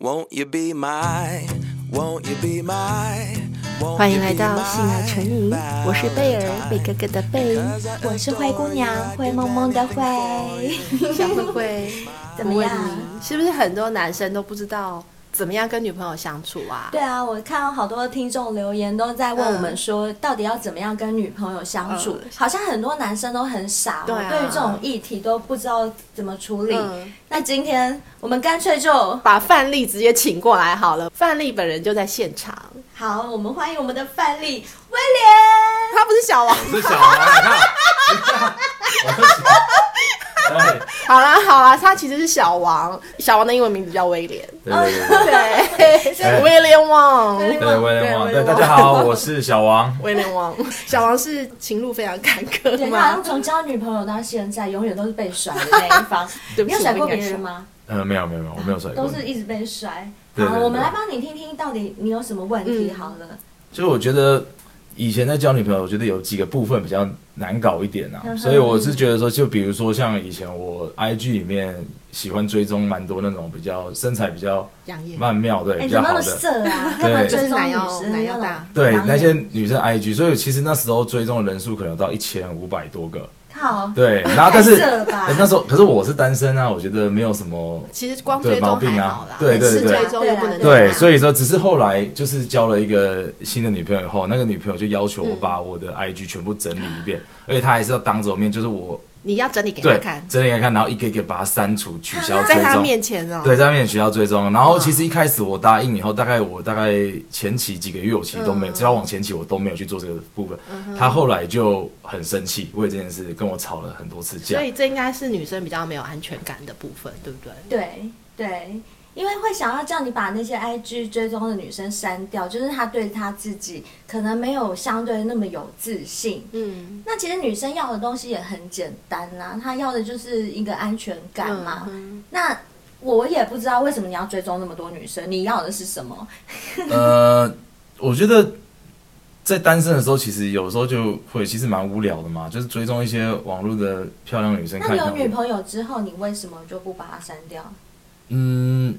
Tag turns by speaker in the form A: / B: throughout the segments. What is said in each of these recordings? A: Won't you be my? Won't you be my? won't
B: 欢
A: you
B: 迎来
A: be
B: 到性爱
A: my
B: 成瘾，我是贝儿，贝哥哥的 贝，
C: 我是灰姑娘，灰蒙蒙的灰，
B: 小慧 慧。
C: 怎
B: 我
C: 么
B: 问
C: 样？
B: 你，是不是很多男生都不知道怎么样跟女朋友相处啊？
C: 对啊，我看到好多听众留言都在问
B: 嗯
C: 我们说，到底要怎么样跟女朋友相处？
B: 嗯
C: 好像很多男生都很傻、哦，
B: 对啊
C: 对于这种议题都不知道怎么处理。
B: 嗯
C: 那今天我们干脆就
B: 把范丽直接请过来好了，范丽本人就在现 场，
C: 好，我们欢迎我们的范例威廉。
B: 她不是小王。
D: 是小王，你看，我是小王对
B: 好啦好啦，他其实是小王，小王的英文名字叫威 廉，
D: 对对对
B: 对，威廉王，
D: 对，对威廉王，对大家好，我是小王，
B: 威廉王，小王是情路非常坎坷
C: 对，他好
B: 吗
C: 像？从交女朋友到现在，永远都是被甩的那一方。
B: 对不
C: 你
B: 起
C: 有甩
B: 我
C: 过
B: 不应
C: 别
B: 该
C: 人
B: 说
C: 吗？
D: 呃，没有没有没有，我没有甩
C: 都
D: 过
C: 是
D: 你。
C: 一直被甩。
D: 对
C: 好，
D: 对
C: 我们
D: 对
C: 来帮你听听，到底你有什么问题？
B: 嗯
C: 好了，
D: 就是我觉得以前在交女朋友，我觉得有几个部分比较难搞一点啊，
C: 嗯哼
D: 所以我是觉得说，就比如说像以前我 IG 里面喜欢追踪蛮多那种比较身材比较
B: 杨烨，
D: 曼妙对
C: 哎，
D: 比
C: 怎
D: 较
C: 么
D: 好
C: 那么
D: 的。
C: 色哎啊？
D: 对
C: 干嘛
B: 就是
C: 追踪
B: 奶
C: 女
B: 要
C: 生
B: 奶
C: 那
B: 要
C: 种
B: 大？，
D: 对
C: 狼人
D: 那些女生 IG，所以其实那时候追踪的人数可能有到一千五百多个，
C: 靠，
D: 对，然后但是
C: 太色吧
D: 呃那时候可是我是单身啊，我觉得没有什么
B: 其实光
D: 对
B: 追
D: 毛
B: 踪
D: 病
B: 还
D: 啊
B: 好啦，
D: 对对
B: 是
D: 对
B: 追踪又不能
C: 对
D: 对，
C: 啊
D: 所以说只是后来就是交了一个新的女朋友以后，那个女朋友就要求我把我的 IG 全部整理一遍，而且她还是要当着我面，就是我
B: 你要整理给他
D: 对
B: 看，
D: 整理给她看，然后一个一个把它删除、取消、追
B: 在他
D: 踪。
B: 面前哦，
D: 对，在那边取消追踪，然后其实一开始我答应以后，大概我大概前期几个月我其
B: 嗯
D: 实都没有，交往前期我都没有去做这个部分。她后来就很生气，为这件事跟我吵了很多次架
B: 所。以这应该是女生比较没有安全感的部分，对不对？
C: 对对，因为会想要叫你把那些 IG 追踪的女生删掉，就是她对她自己可能没有相对那么有自信。
B: 嗯，
C: 那其实女生要的东西也很简单啦，她要的就是一个安全感嘛。
B: 嗯
C: 那我也不知道为什么你要追踪那么多女生，你要的是什么？
D: 呃，我觉得在单身的时候，其实有时候就会其实蛮无聊的嘛，就是追踪一些网络的漂亮女生
C: 那
D: 看
C: 你
D: 一
C: 有女
D: 看。
C: 朋友之后，你为什么就不把她删掉？
D: 嗯，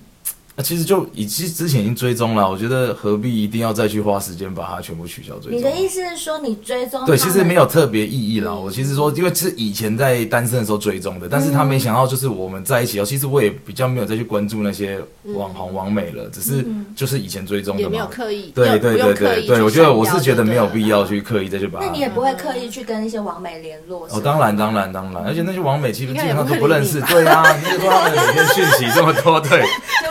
D: 呃其实就已其实之前已经追踪了，我觉得何必一定要再去花时间把它全部取消追踪？
C: 你的意思是说你追
B: 哦
C: 踪
D: 对，
C: 他
D: 其实
C: 们
D: 没有特别意义啦。
B: 嗯
D: 我其实说，因为是以前在单身的时候追踪的，但是他
B: 嗯
D: 没想到就是我们在一起后，其实我也比较没有再去关注那些网红、网美了，只是就是以前追踪
B: 嗯也
D: 的
B: 没有
D: 嘛。
B: 刻意，
D: 对
B: 又
D: 对
B: 不用
D: 对
B: 刻意去
D: 对对，我觉得我
B: 删
D: 是
B: 掉
D: 觉
B: 就
D: 得没
B: 对
D: 有
B: 了
D: 必要。去刻意再去把它。
C: 那你也不
B: 嗯
C: 会刻意去跟一些网美联络是
D: 哦，
C: 吗
D: 当然当然当然，而且那些网美基本
B: 应该
D: 基
B: 也
D: 本
B: 不会
D: 上都不
B: 理
D: 认
B: 你
D: 识
B: 吧，
D: 对啊，你就说他们每天讯息这么 多，对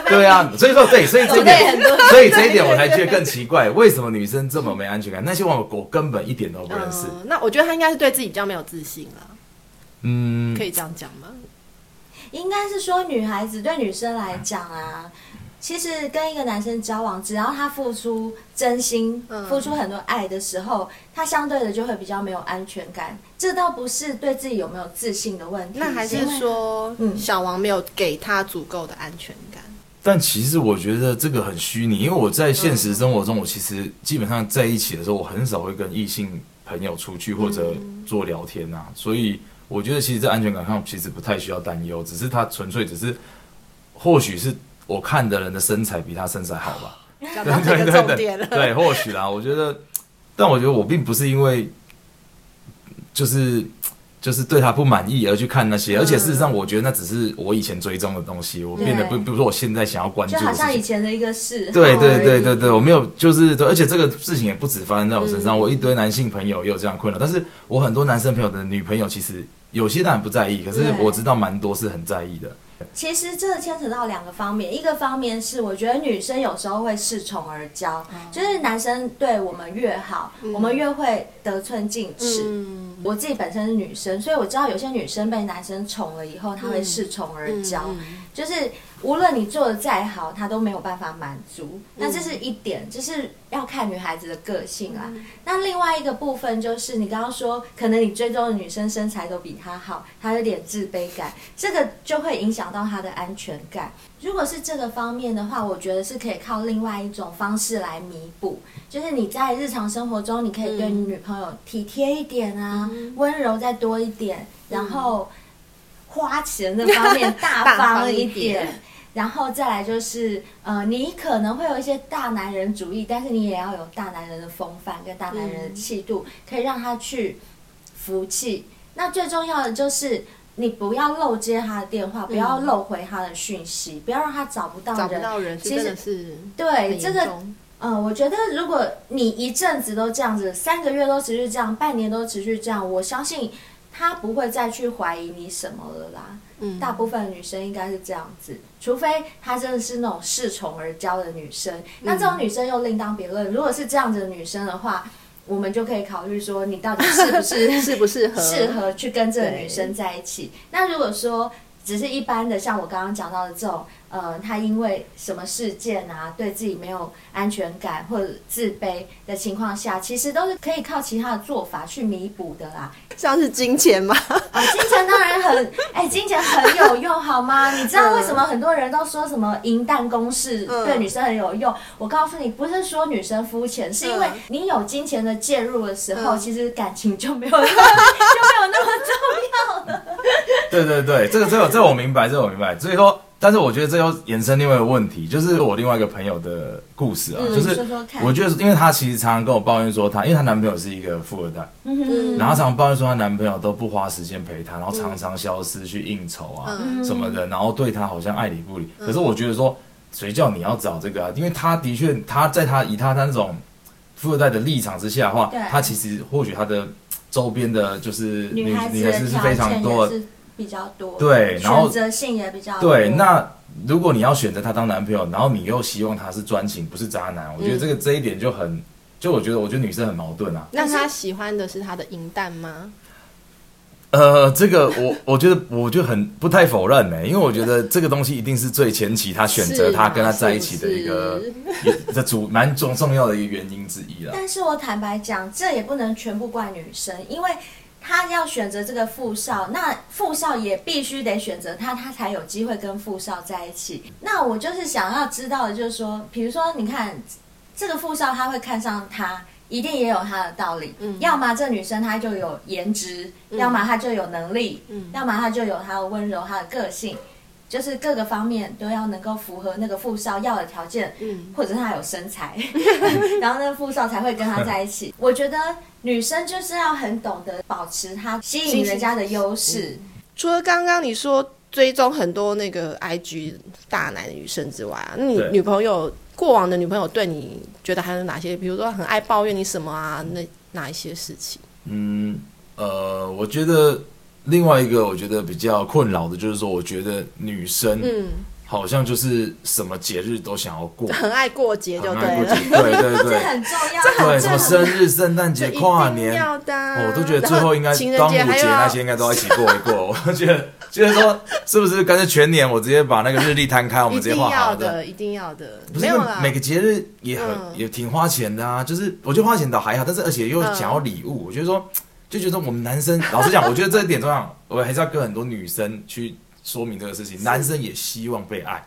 D: 对啊，所以说对，所以这一
C: 种类
D: 点
C: 很多，
D: 所以这一点我才觉得更奇怪，为什么女生这么没安全感？那些网友我根本一点都不认识，
B: 嗯，那我觉得他应该是对自己比较没有自信了，
D: 嗯
B: 可，以这样讲吗？
C: 应该是说女孩子对女生来讲啊，其实跟一个男生交往，只要他付出真心、
B: 嗯
C: 付出很多爱的时候，他相对的就会比较没有安全感。这倒不是对自己有没有自信的问题，
B: 那还
C: 因
B: 是
C: 为
B: 说
C: 嗯
B: 小王没有给他足够的安全感？
D: 但其实我觉得这个很虚拟，因为我在现实生活中，我其实基本上在一起的时候，我很少会跟异性朋友出去或者做聊天啊，所以我觉得其实，在安全感上其实不太需要担忧，只是他纯粹只是，或许是我看的人的身材比他身材好吧，
B: 讲到这个重点了，
D: 对，或许啦，我觉得，但我觉得我并不是因为，就是就是对他不满意而去看那些，而且事实上，我觉得那只是我以前追踪的东西，我变得不，
C: 嗯对
D: 比如说我现在想要关注
C: 就好
D: 的事
C: 像以
D: 情。
C: 前的一个事。
D: 对对
C: 好
D: 对对对，我没有，就是对，而且这个事情也不止发生在我
C: 嗯
D: 身上，我一堆男性朋友也有这样困扰，但是我很多男生朋友的女朋友其实有些当然不在意，可是
C: 对
D: 我知道蛮多是很在意的。
C: 其实这牵扯到两个方面，一个方面是我觉得女生有时候会恃宠而骄，
B: 哦
C: 就是男生对我们越好，我们越会得寸进尺。
B: 嗯，
C: 我自己本身是女生，所以我知道有些女生被男生宠了以后，她会恃宠而
B: 嗯
E: 嗯
C: 骄，就是无论你做的再好，她都没有办法满足。那这是一点，就是要看女孩子的个性啦。那另外一个部分就是你刚刚说，可能你追踪的女生身材都比她好，她有点自卑感，这个就会影响到她的安全感。如果是这个方面的话，我觉得是可以靠另外一种方式来弥补，就是你在日常生活中，你可以对你女朋友体贴一点啊，温柔再多一点，然后花钱的方面大
B: 大方
C: 方
B: 一
C: 啊一点
B: 点。
C: 然后再来就是，呃，你可能会有一些大男人主义，但是你也要有大男人的风范跟大男
B: 嗯
C: 人的气度，可以让他去服气。那最重要的就是。你不要漏接他的电话，不要漏回他的讯息，不要让他找不到
B: 嗯找不
C: 人。
B: 到人是
C: 其实
B: 真的是很
C: 对，这
B: 严
C: 个
B: 重
C: 嗯，我觉得如果你一阵子都这样子，三个月都持续这样，半年都持续这样，我相信他不会再去怀疑你什么了啦。
B: 嗯
C: 大部分女生应该是这样子，除非她真的是那种恃宠而骄的女生，那这种女生又另当别论。如果是这样子的女生的话，我们就可以考虑说，你到底是不 是
B: 适不适合
C: 适合去跟这个女生在一起。那如果说只是一般的，像我刚刚讲到的这种，呃，他因为什么事件啊，对自己没有安全感或者自卑的情况下，其实都是可以靠其他的做法去弥补的啦。
B: 像是金钱 吗？
C: 啊，金钱当然 很，哎、金钱很有用，好吗？你知道为什么很多人都说什么银弹公式
B: 嗯
C: 对女生很有用？我告诉你，不是说女生肤浅，是因为
B: 嗯
C: 你有金钱的介入的时候，
B: 嗯
C: 其实感情就没有那么 就没有那么
D: 对对对，这个这个这个我明白，这个我明白。所以说，但是我觉得这又衍生另外一个问题，就是我另外一个朋友的故事啊，
C: 嗯
D: 就是
C: 说说看
D: 我觉得，因为她其实常常跟我抱怨说她，因为她男朋友是一个富二代，
C: 嗯
D: 然后常常抱怨说她男朋友都不花时间陪她，然后常常消失去应酬啊、
B: 嗯
D: 什么的，然后对她好像爱理不理。
C: 嗯
D: 可是我觉得说，谁叫你要找这个啊？因为她的确，她在她以她那种富二代的立场之下的话
C: 对，
D: 她其实或许她的周边的就是女
C: 女孩子
D: 女孩
C: 的
D: 子是
C: 条
D: 非
C: 件
D: 常多
C: 也
D: 的，
C: 是比较多，
D: 对然后
C: 选择性也比较多。
D: 对，那如果你要选择他当男朋友，然后你又希望他是专情，不是渣男，我觉得这个、这一点就很，就我觉得我觉得女生很矛盾啊。
B: 那他喜欢的是他的银弹吗？
D: 呃，这个我我觉得我就很不太否认呢、欸因为我觉得这个东西一定是最前期他选择
B: 是
D: 他
B: 啊
D: 跟他在一起的一 个
B: 是
D: 也这主蛮重重要的一个原因之 一啦。
C: 但是我坦白讲，这也不能全部怪女生，因为她要选择这个富少，那富少也必须得选择他，他才有机会跟富少在一起。那我就是想要知道的，就是说，比如说，你看这个富少他会看上他。一定也有他的道理，
B: 嗯
C: 要么这女生她就有颜值，要么她就有能力，
B: 嗯
C: 要么她就有她的温柔、她的个性，就是各个方面都要能够符合那个富少要的条件，
B: 嗯，
C: 或者是他有身材， 然后那个富少才会跟他在一起。我觉得女生就是要很懂得保持她吸引人家的优势，
E: 除了刚刚你说追踪很多那个 IG 大男女生之外啊，那你
D: 对
E: 女朋友过往的女朋友对你觉得还有哪些？比如说很爱抱怨你什么啊，那哪一些事情？
D: 嗯，呃，我觉得另外一个我觉得比较困扰的就是说，我觉得女生
E: 嗯，
D: 好像就是什么节日都想要 过，
E: 很爱过节就
D: 很爱
E: 对
D: 过
E: 了，
D: 节对对
C: 这
D: 对。
C: 很重要。
D: 嗯对，
C: 这
D: 什么生日、圣 诞节、
E: 这
D: 跨
E: 一定
D: 年，
E: 要的啊、
D: 哦我都觉得最后应该
E: 然情人
D: 端午
E: 节还
D: 节
E: 有
D: 那些应该都要一起过一 过。我觉得觉得说，是不是干脆全年我直接把那个日历摊开，我们
E: 一
D: 直接
E: 定
D: 画
E: 要
D: 好
E: 的，一定要的，
D: 不是
E: 没
D: 因
E: 有
D: 为
E: 啦，
D: 每个节日也很、
E: 嗯
D: 也挺花钱的啊，就是我觉得花钱倒还好，但是而且又想要礼物，我觉得说就觉得我们男生，老实讲，我觉得这一点重要，我还是要跟很多女生去说明这个事情，男生也希望被爱，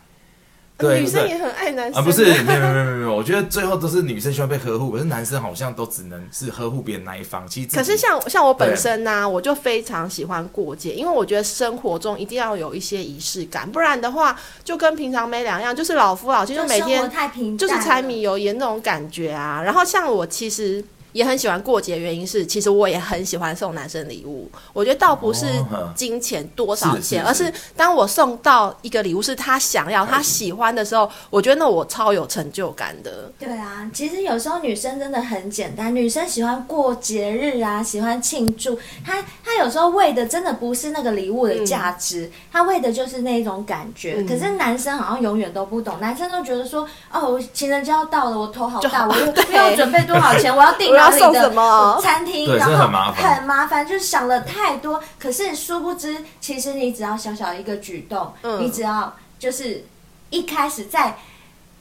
D: 对，
E: 呃女
D: 对
E: 生也很爱男生
D: 啊，不是，没有没有没有没有，我觉得最后都是女生需要被呵护，可是男生好像都只能是呵护别人那一方。其实自己
E: 可是像像我本
D: 嗯对
E: 身呢、我就非常喜欢过节，因为我觉得生活中一定要有一些仪式感，不然的话就跟平常没两样，就是老夫老妻，就每
C: 生活
E: 天
C: 太平淡了，
E: 就是柴米油盐那种感觉啊。然后像我其实也很喜欢过节，原因是其实我也很喜欢送男生礼物。我觉得倒不是
D: 哦
E: 金钱多少
D: 是是
E: 钱，
D: 是
E: 而是当我送到一个礼物是他想要、他喜欢的时候，我觉得那我超有成就感的。
C: 对啊，其实有时候女生真的很简单，女生喜欢过节日啊，喜欢庆祝。她她有时候为的真的不是那个礼物的价
E: 嗯
C: 值，她为的就是那种感觉。可是男生好像永远都不懂，男生都觉得说，哦，我情人节要到了，我头好大，我 又
E: 对
C: 没有准备多少钱，我要订
E: 我要
C: 哪里
E: 送
C: 的
E: 什么
C: 餐厅，
D: 对
C: 然
D: 真的
C: 后
D: 很麻烦
C: 很麻烦，就是想了太多。可是殊不知，其实你只要小小一个举动，
E: 嗯
C: 你只要就是一开始在。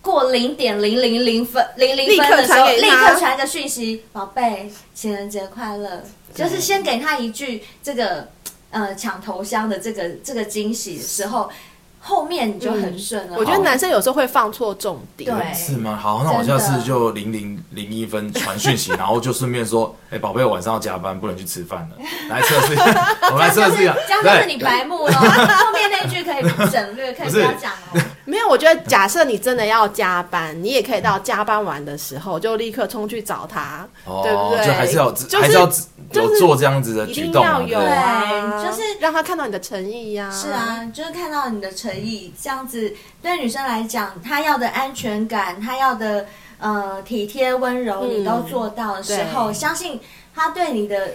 C: 过零点零零零分零零分的时候，
E: 立刻传给
C: 立
E: 他
C: 刻传个讯息，宝贝，情人节快乐，就是先给他一句这个呃抢头香的这个这个惊喜的时候，后面你就很顺了。
E: 我觉得男生有时候会放错重点。
C: 哦对
D: 是吗？好，那我
C: 真
D: 下
C: 的
D: 次就零零零一分传讯息，然后就顺便说，哎、宝贝，晚上要加班，不能去吃饭了，来测试一下，我们来测
C: 啊 就是
D: 试一下
C: 这样，就是
D: 对
C: 你白目了，后面那句可以省略，可以不要讲哦。
E: 没没有，我觉得假设你真的要加班，你也可以到加班完的时候就立刻冲去找他，对不
D: 哦，
E: 对？
D: 就还是要
E: 就是
D: 还是要
E: 就
D: 有
E: 是
D: 做这样子的
E: 一
D: 举
E: 定
D: 动
E: 要
D: 嘛，
E: 有
D: 对不对
E: 啊，
C: 对就是
E: 让他看到你的诚意呀、
C: 是，啊，就是看到你的诚意，这样子对女生来讲，她要的安全感，她要的呃体贴温柔，
E: 嗯
C: 你都做到的时候，
E: 对
C: 相信她对你的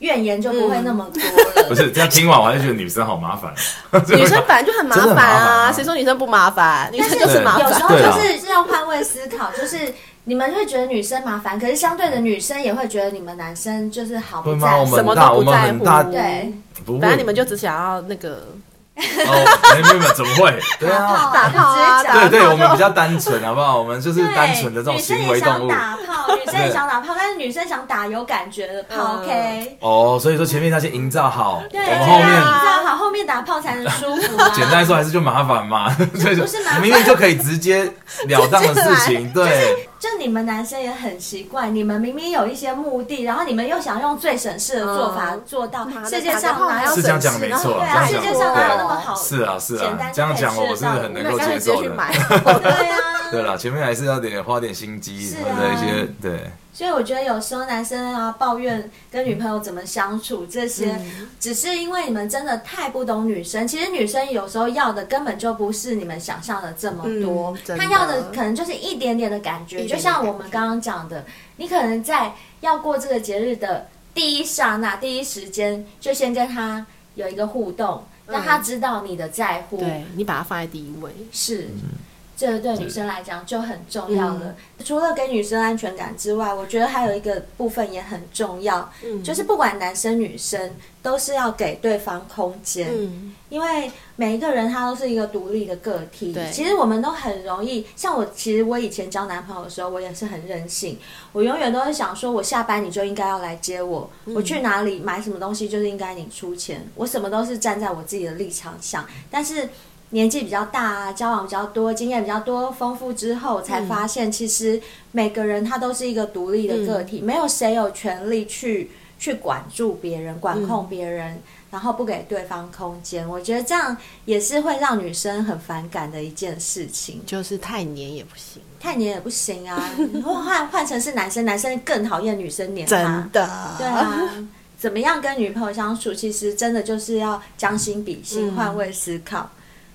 C: 怨言就不会那么多
D: 不
C: 了。
D: 是这样听完，我还是觉得女生好麻烦。啊
E: 女生本来就很麻
D: 真的
E: 烦
D: 很麻烦
E: 啊，
D: 啊
E: 谁说女生不麻烦？女
C: 但
E: 生就是麻
C: 有时
E: 烦。
C: 候
D: 对
C: 就
D: 啊
C: 是要换位思考，就是你们会觉得女生麻烦，可是相对的女生也会觉得你们男生就是好
D: 会
C: 不
D: 吗
C: 在
D: 我
C: 乎
D: 们
E: 什么
D: 大
E: 都不
D: 们
E: 在
D: 很
E: 乎，
D: 大
C: 对，
D: 不会，
E: 反正你们就只想要那个
D: 哦，没有没有没有，怎么会？对啊，
E: 打炮啊，
C: 哦直接讲
E: 打
D: 对
E: 炮
D: 对，我们
E: 就
D: 比较单纯，好不好？我们就是
C: 对，
D: 单纯的这种行为动
C: 女生
D: 物
C: 也。想打炮，女生也想打炮，但是女生想打有感觉的炮
E: 嗯
C: ，OK。
D: 哦，所以说前面那些营造好，我
C: 对，啊
D: 们后面
C: 这样这样好，后面打炮才能舒服啊。
D: 简单来说还是就麻烦嘛， 对，
C: 不是麻烦
D: 我们明明就可以直截了当的事情，对，
C: 就你们男生也很奇怪，你们明明有一些目的，然后你们又想用最省事的做法
E: 嗯
C: 做到，
E: 妈的
C: 世界
E: 打个
C: 上
E: 炮
C: 哪
E: 还要
C: 有
D: 是这样讲没错
C: 对
D: 啦，
C: 啊，
D: 这
C: 世
D: 样
C: 界
D: 讲
C: 上哪有那么
E: 对
C: 好？
D: 是啊是
C: 简
D: 啊
C: 单，
D: 这样讲我
C: 就可以
D: 我
C: 吃
D: 是
C: 得到
D: 很能够
E: 那
D: 接
E: 你直接
D: 受
E: 去买
D: 的。。
C: 对啊，
D: 对啦，前面还是要点花点心机
C: 是
D: 或
C: 啊
D: 者一些对，
C: 所以我觉得有时候男生啊抱怨跟女朋友怎么相处这些，
E: 嗯
C: 只是因为你们真的太不懂女生。其实女生有时候要的根本就不是你们想象的这么 多
E: 嗯，真的
C: 她要的可能就是一点点的感觉。
E: 一点点
C: 就像我们刚刚讲的，你可能在要过这个节日的第一刹那、第一时间，就先跟她有一个互动，让她知道你的在
E: 嗯
C: 乎。
E: 对你把它放在第一位，
C: 是，这个对女生来讲就很重要了。
E: 嗯
C: 除了给女生安全感之外，我觉得还有一个部分也很重要，
E: 嗯
C: 就是不管男生女生，都是要给对方空间。
E: 嗯，
C: 因为每一个人他都是一个独立的个体
E: 对。
C: 其实我们都很容易，像我，其实我以前交男朋友的时候，我也是很任性，我永远都是想说，我下班你就应该要来接我，我去哪里买什么东西就是应该你出钱，我什么都是站在我自己的立场上。但是年纪比较大啊，交往比较多，经验比较多丰富之后，才发现其实每个人他都是一个独立的个体，没有谁有权利
E: 嗯
C: 去去管住别人、管控别人。然后不给对方空间，我觉得这样也是会让女生很反感的一件事情。
E: 就是太黏也不行，
C: 太黏也不 行啊，或换换成是男生，男生更讨厌女生黏他
E: 真。的，
C: 对啊，怎么样跟女朋友相处，其实真的就是要将心比心，
E: 嗯
C: 换位思考。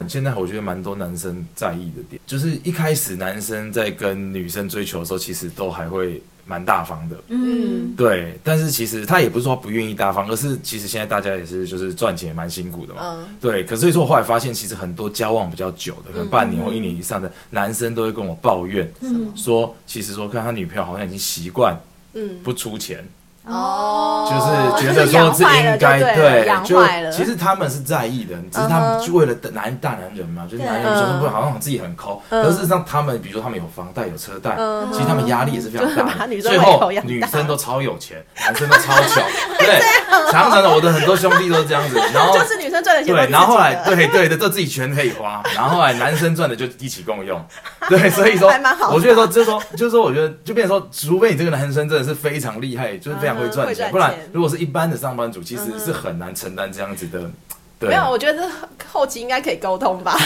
D: 现在我觉得蛮多男生在意的点，就是一开始男生在跟女生追求的时候，其实都还会蛮大方的，
C: 嗯，
D: 对，但是其实他也不是说不愿意大方，而是其实现在大家也是就是赚钱也蛮辛苦的嘛。
E: 嗯
D: 对，可是所以说我后来发现，其实很多交往比较久的，可能半年或一年以上的男生都会跟我抱怨，
C: 嗯
D: 说其实说看他女朋友好像已经习惯
E: 嗯，
D: 不出钱，
E: 哦
D: 就是觉得说这应该
E: 就是养坏了就对了养
D: 就
E: 坏了
D: 其实他们是在意的，只是他
E: 嗯
D: 们
E: 哼
D: 就为了男大男人嘛，就是
C: 对
D: 男人女生
E: 嗯
D: 会好像自己很抠，
E: 嗯
D: 可是事实上他们比如说他们有房贷有车贷，
E: 嗯
D: 其实他们压力也是非常
E: 就是把
D: 大
E: 女
D: 的。
E: 生
D: 最
E: 胃
D: 后
E: 口养大
D: 女生都超有钱，男生都超 穷，对，常常的我的很多兄弟都这样子，然后
E: 啊 就是女生赚的钱都
D: 对，
E: 是自己的，
D: 然后后来对对的，都自己全可以 花，然后后来男生赚的就一起共用，对，所以说
E: 还蛮好的
D: 我觉得说，就是说，就是说，我觉得就变成说，除非你这个男生真的是非常厉害，就是非常会
E: 嗯
D: 赚
E: 会
D: 钱，
E: 赚
D: 不然
E: 钱
D: 如果是一般的上班族，其实是很难承担这样子的。对
E: 嗯没，有，我觉得这后期应该可以沟通吧，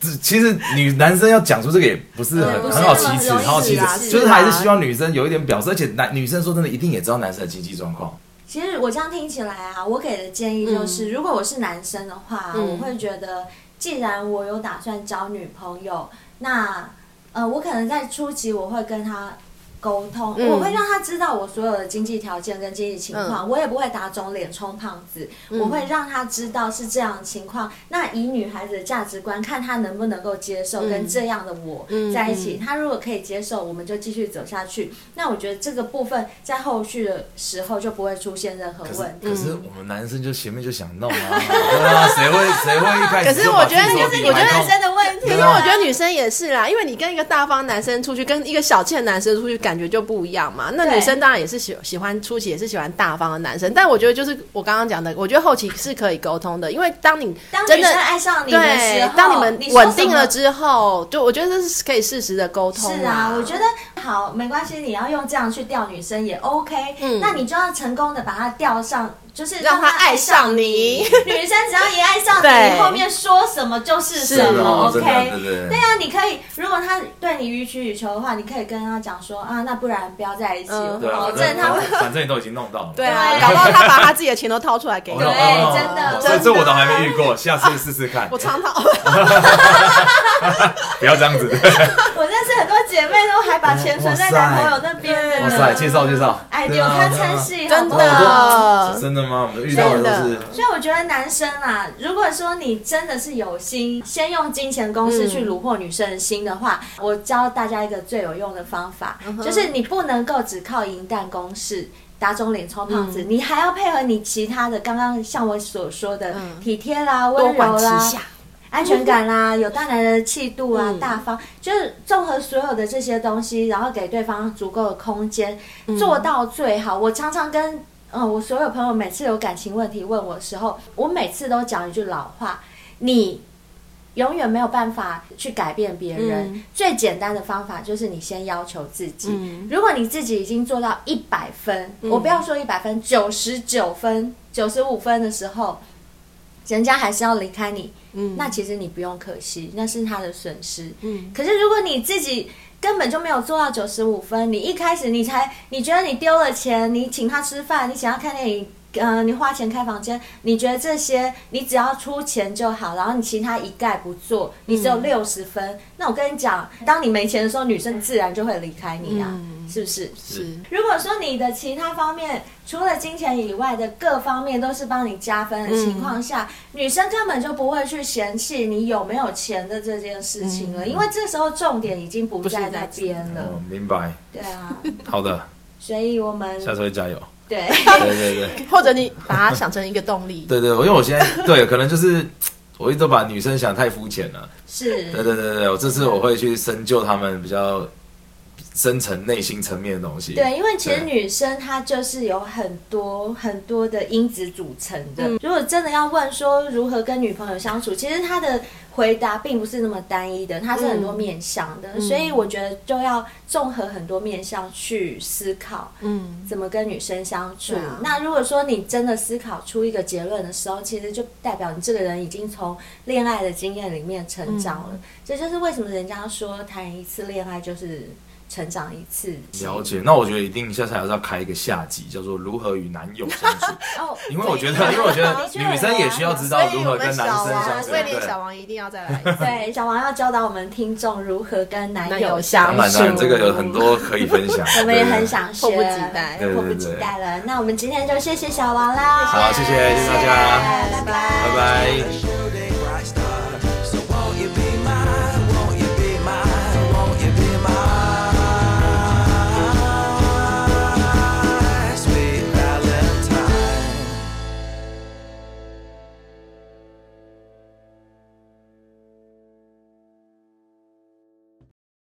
D: 这其实女男生要讲出这个也不是很
C: 嗯不是
D: 很好
C: 那么
D: 启齿，
C: 容易
D: 很好
C: 是
D: 启齿
C: 啊，
D: 就是是
E: 啊
D: 还是希望女生有一点表示，而且男女生说真的一定也知道男生的经济状况。
C: 其实我这样听起来啊，我给的建议就是，如果我是男生的话，我会觉得，既然我有打算交女朋友，那呃，我可能在初期我会跟他沟通，
E: 嗯
C: 我会让他知道我所有的经济条件跟经济情况，我也不会打肿脸充胖子，我会让他知道是这样的情况。那以女孩子的价值观，看他能不能够接受跟这样的我在一起。他如果可以接受，我们就继续走下去。那我觉得这个部分在后续的时候就不会出现任何
D: 可是
C: 问题。
D: 可
E: 嗯
D: 是我们男生就前面就想弄啊， 对啊，谁会谁会一开
E: 可
D: 始
E: 是
D: 就把
E: 我觉
D: 自
E: 得
D: 己手
E: 你
D: 比
E: 我觉
D: 买
E: 得
D: 空
E: 男生的问题，
D: 对
E: 因
D: 啊
E: 为我觉得女生也是啦，因为你跟一个大方男生出去，跟一个小气的男生出去，感觉就不一样嘛。那
C: 对
E: 女生当然也是喜喜欢初期也是喜欢大方的男生，但我觉得就是我刚刚讲的，我觉得后期是可以沟通的，因为当你
C: 当
E: 真
C: 女
E: 的
C: 生爱上你的时
E: 对
C: 候，，
E: 当你们
C: 说
E: 稳
C: 什
E: 定
C: 么
E: 了之后，就我觉得这是可以适时的沟通
C: 是
E: 啦
C: 啊，我觉得好没关系，你要用这样去钓女生也 OK。
E: 嗯
C: 那你就要成功的把她钓上，就是
E: 让
C: 她
E: 他爱上你。
C: 女生只要一爱上
E: 对
C: 你，后面说什么就是
E: 是
C: 什
E: 啊
D: 对
C: 么
D: 啊，真的
C: ，OK。
D: 对
C: 对。啊，你可以，如果她对你予取予求的话，你可以跟她讲说啊，那不然不要在一起，
E: 嗯
C: 我
D: 对啊，
C: 保
D: 反
C: 证
D: 正
C: 她会。
D: 反正你都已经弄到了，
E: 对啊，
C: 对
E: 搞不好他把他自己的钱都掏出来给
D: 哦，
E: 你。
C: 对
D: 哦
C: 真的
D: 这
E: 真的
D: 这我倒还没遇过，下次试试看
E: 我。常 常
D: 不要这样子。
C: 我认识很多姐妹都还把钱存在男朋友那边的。
D: 哇塞，介绍介绍。
C: 哎，你
D: 对
C: 有
D: 啊
C: 看参戏，
E: 真
C: 好不好
E: 的，
D: 真的吗？我们遇到的都是
E: 真的
C: 所以我觉得男生啊，如果说你真的是有心，先用金钱攻势去虏获女生的心的话，我教大家一个最有用的方法，
E: 嗯
C: 就是你不能够只靠银弹攻势。打肿脸充胖
E: 嗯
C: 子，你还要配合你其他的，刚刚像我所说的、体贴啦、
E: 嗯多
C: 温
E: 管
C: 柔
E: 齐
C: 啦、
E: 下。
C: 安全感啦，有大男人的气度啊，
E: 嗯
C: 大方，就是综合所有的这些东西，然后给对方足够的空间，
E: 嗯
C: 做到最好。我常常跟嗯，我所有朋友每次有感情问题问我的时候，我每次都讲一句老话：你永远没有办法去改变别人。
E: 嗯
C: 最简单的方法就是你先要求自己。
E: 嗯
C: 如果你自己已经做到一百分，我不要说一百分，九十九分、九十五分的时候，人家还是要离开你，
E: 嗯
C: 那其实你不用可惜，那是他的损失。
E: 嗯，
C: 可是如果你自己根本就没有做到九十五分，你一开始你才你觉得你丢了钱，你请他吃饭，你请他看电影。呃，你花钱开房间，你觉得这些你只要出钱就好，然后你其他一概不做，你只有六十分。那我跟你讲，当你没钱的时候，女生自然就会离开你啊，是不是？
E: 是
C: 如果说你的其他方面除了金钱以外的各方面都是帮你加分的情况下，女生根本就不会去嫌弃你有没有钱的这件事情了，因为这时候重点已经嗯不在
E: 不是
C: 那
E: 在
C: 边了
D: 哦。，明白。
C: 对啊，
D: 好的，
C: 所以我们
D: 下次会加油。
C: 嗯 对
D: 对对对。
E: 或者你把它想成一个动力。
D: 对对，我因为我现在对，可能就是我一直都把女生想太肤浅了。对
C: 是，
D: 对对对，我这次我会去深究她们比较深层内心层面的东西。
C: 对，因为其实
D: 对
C: 女生她就是有很多很多的因子组成的。
E: 嗯
C: 如果真的要问说如何跟女朋友相处，其实她的回答并不是那么单一的，它是很多面向
E: 嗯
C: 的，所以我觉得就要综合很多面向去思考。
E: 嗯，
C: 怎么跟女生相处。
E: 对啊
C: 那如果说你真的思考出一个结论的时候，其实就代表你这个人已经从恋爱的经验里面成长
E: 嗯
C: 了。这就是为什么人家说谈一次恋爱就是成长一次。
D: 了解，那我觉得一定下次还是要开一个下集，叫做如何与男友相处，
C: 哦，
D: 因为我觉得，因为我觉得女
C: 啊
D: 生也需要知道
E: 所
D: 如
E: 以
D: 何
E: 我
D: 跟
E: 们
D: 男
E: 小啊
D: 生相
E: 王，
D: 处。
E: 威廉小
D: 对，
E: 王一定要再来一次。
C: 对，小王要教导我们听众如何跟男
E: 男
C: 友
E: 友
C: 相
D: 当
E: 相
C: 处。
D: 然，当然，这个有很。多可以分享
C: 我们也很想学，
E: 迫不及待
D: 对对对
C: 迫不及待了。那我们今天就谢谢小王啦，
D: 好谢谢谢谢大家
C: 拜拜，
D: 对，拜拜。
A: Special